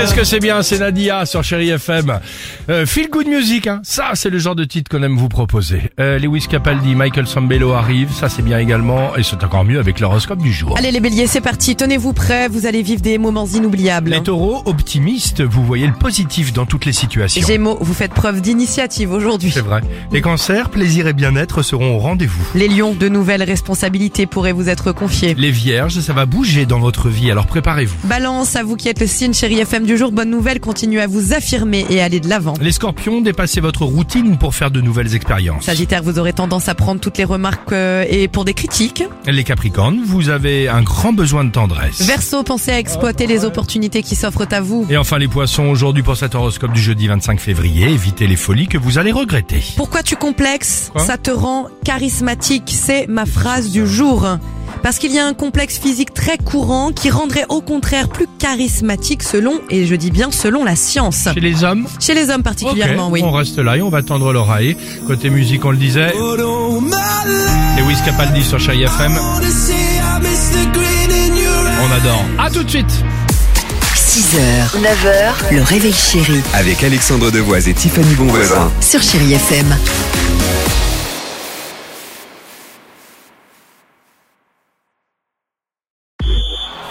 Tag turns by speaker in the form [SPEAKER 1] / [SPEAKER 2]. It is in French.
[SPEAKER 1] Qu'est-ce que c'est bien, c'est Nadia sur Chéri FM. Euh, feel good music, hein. ça c'est le genre de titre qu'on aime vous proposer. Euh, Lewis Capaldi, Michael Sambello arrive, ça c'est bien également, et c'est encore mieux avec l'horoscope du jour.
[SPEAKER 2] Allez les béliers, c'est parti, tenez-vous prêts, vous allez vivre des moments inoubliables.
[SPEAKER 1] Les taureaux optimistes, vous voyez le positif dans toutes les situations.
[SPEAKER 2] Gémeaux, vous faites preuve d'initiative aujourd'hui.
[SPEAKER 1] C'est vrai. Les cancers, plaisir et bien-être seront au rendez-vous.
[SPEAKER 2] Les lions, de nouvelles responsabilités pourraient vous être confiées.
[SPEAKER 1] Les vierges, ça va bouger dans votre vie, alors préparez-vous.
[SPEAKER 2] Balance, à vous qui êtes le signe chéri FM du jour, bonne nouvelle, continuez à vous affirmer et aller de l'avant.
[SPEAKER 1] Les scorpions, dépassez votre routine pour faire de nouvelles expériences.
[SPEAKER 2] Sagittaire, vous aurez tendance à prendre toutes les remarques euh, et pour des critiques.
[SPEAKER 1] Les capricornes, vous avez un grand besoin de tendresse.
[SPEAKER 2] Verseau, pensez à exploiter
[SPEAKER 1] Ah,
[SPEAKER 2] les opportunités qui s'offrent à vous.
[SPEAKER 1] Et enfin les poissons, aujourd'hui pour cet horoscope du jeudi 25 février, évitez les folies que vous allez regretter.
[SPEAKER 2] Pourquoi tu complexes
[SPEAKER 1] Quoi
[SPEAKER 2] Ça te rend charismatique, c'est ma phrase du jour. Parce qu'il y a un complexe physique très courant qui rendrait au contraire plus charismatique selon, et je dis bien selon la science.
[SPEAKER 1] Chez les hommes
[SPEAKER 2] Chez les hommes particulièrement,
[SPEAKER 1] Ok,
[SPEAKER 2] oui.
[SPEAKER 1] On reste là et on va tendre l'oreille. Côté musique, on le disait. Lewis Capaldi sur Chai FM. On adore. À tout de suite
[SPEAKER 3] 6h, 9h, le réveil chéri
[SPEAKER 4] Avec Alexandre Devoise et Tiffany Bonvoisin.
[SPEAKER 3] sur Chéri FM.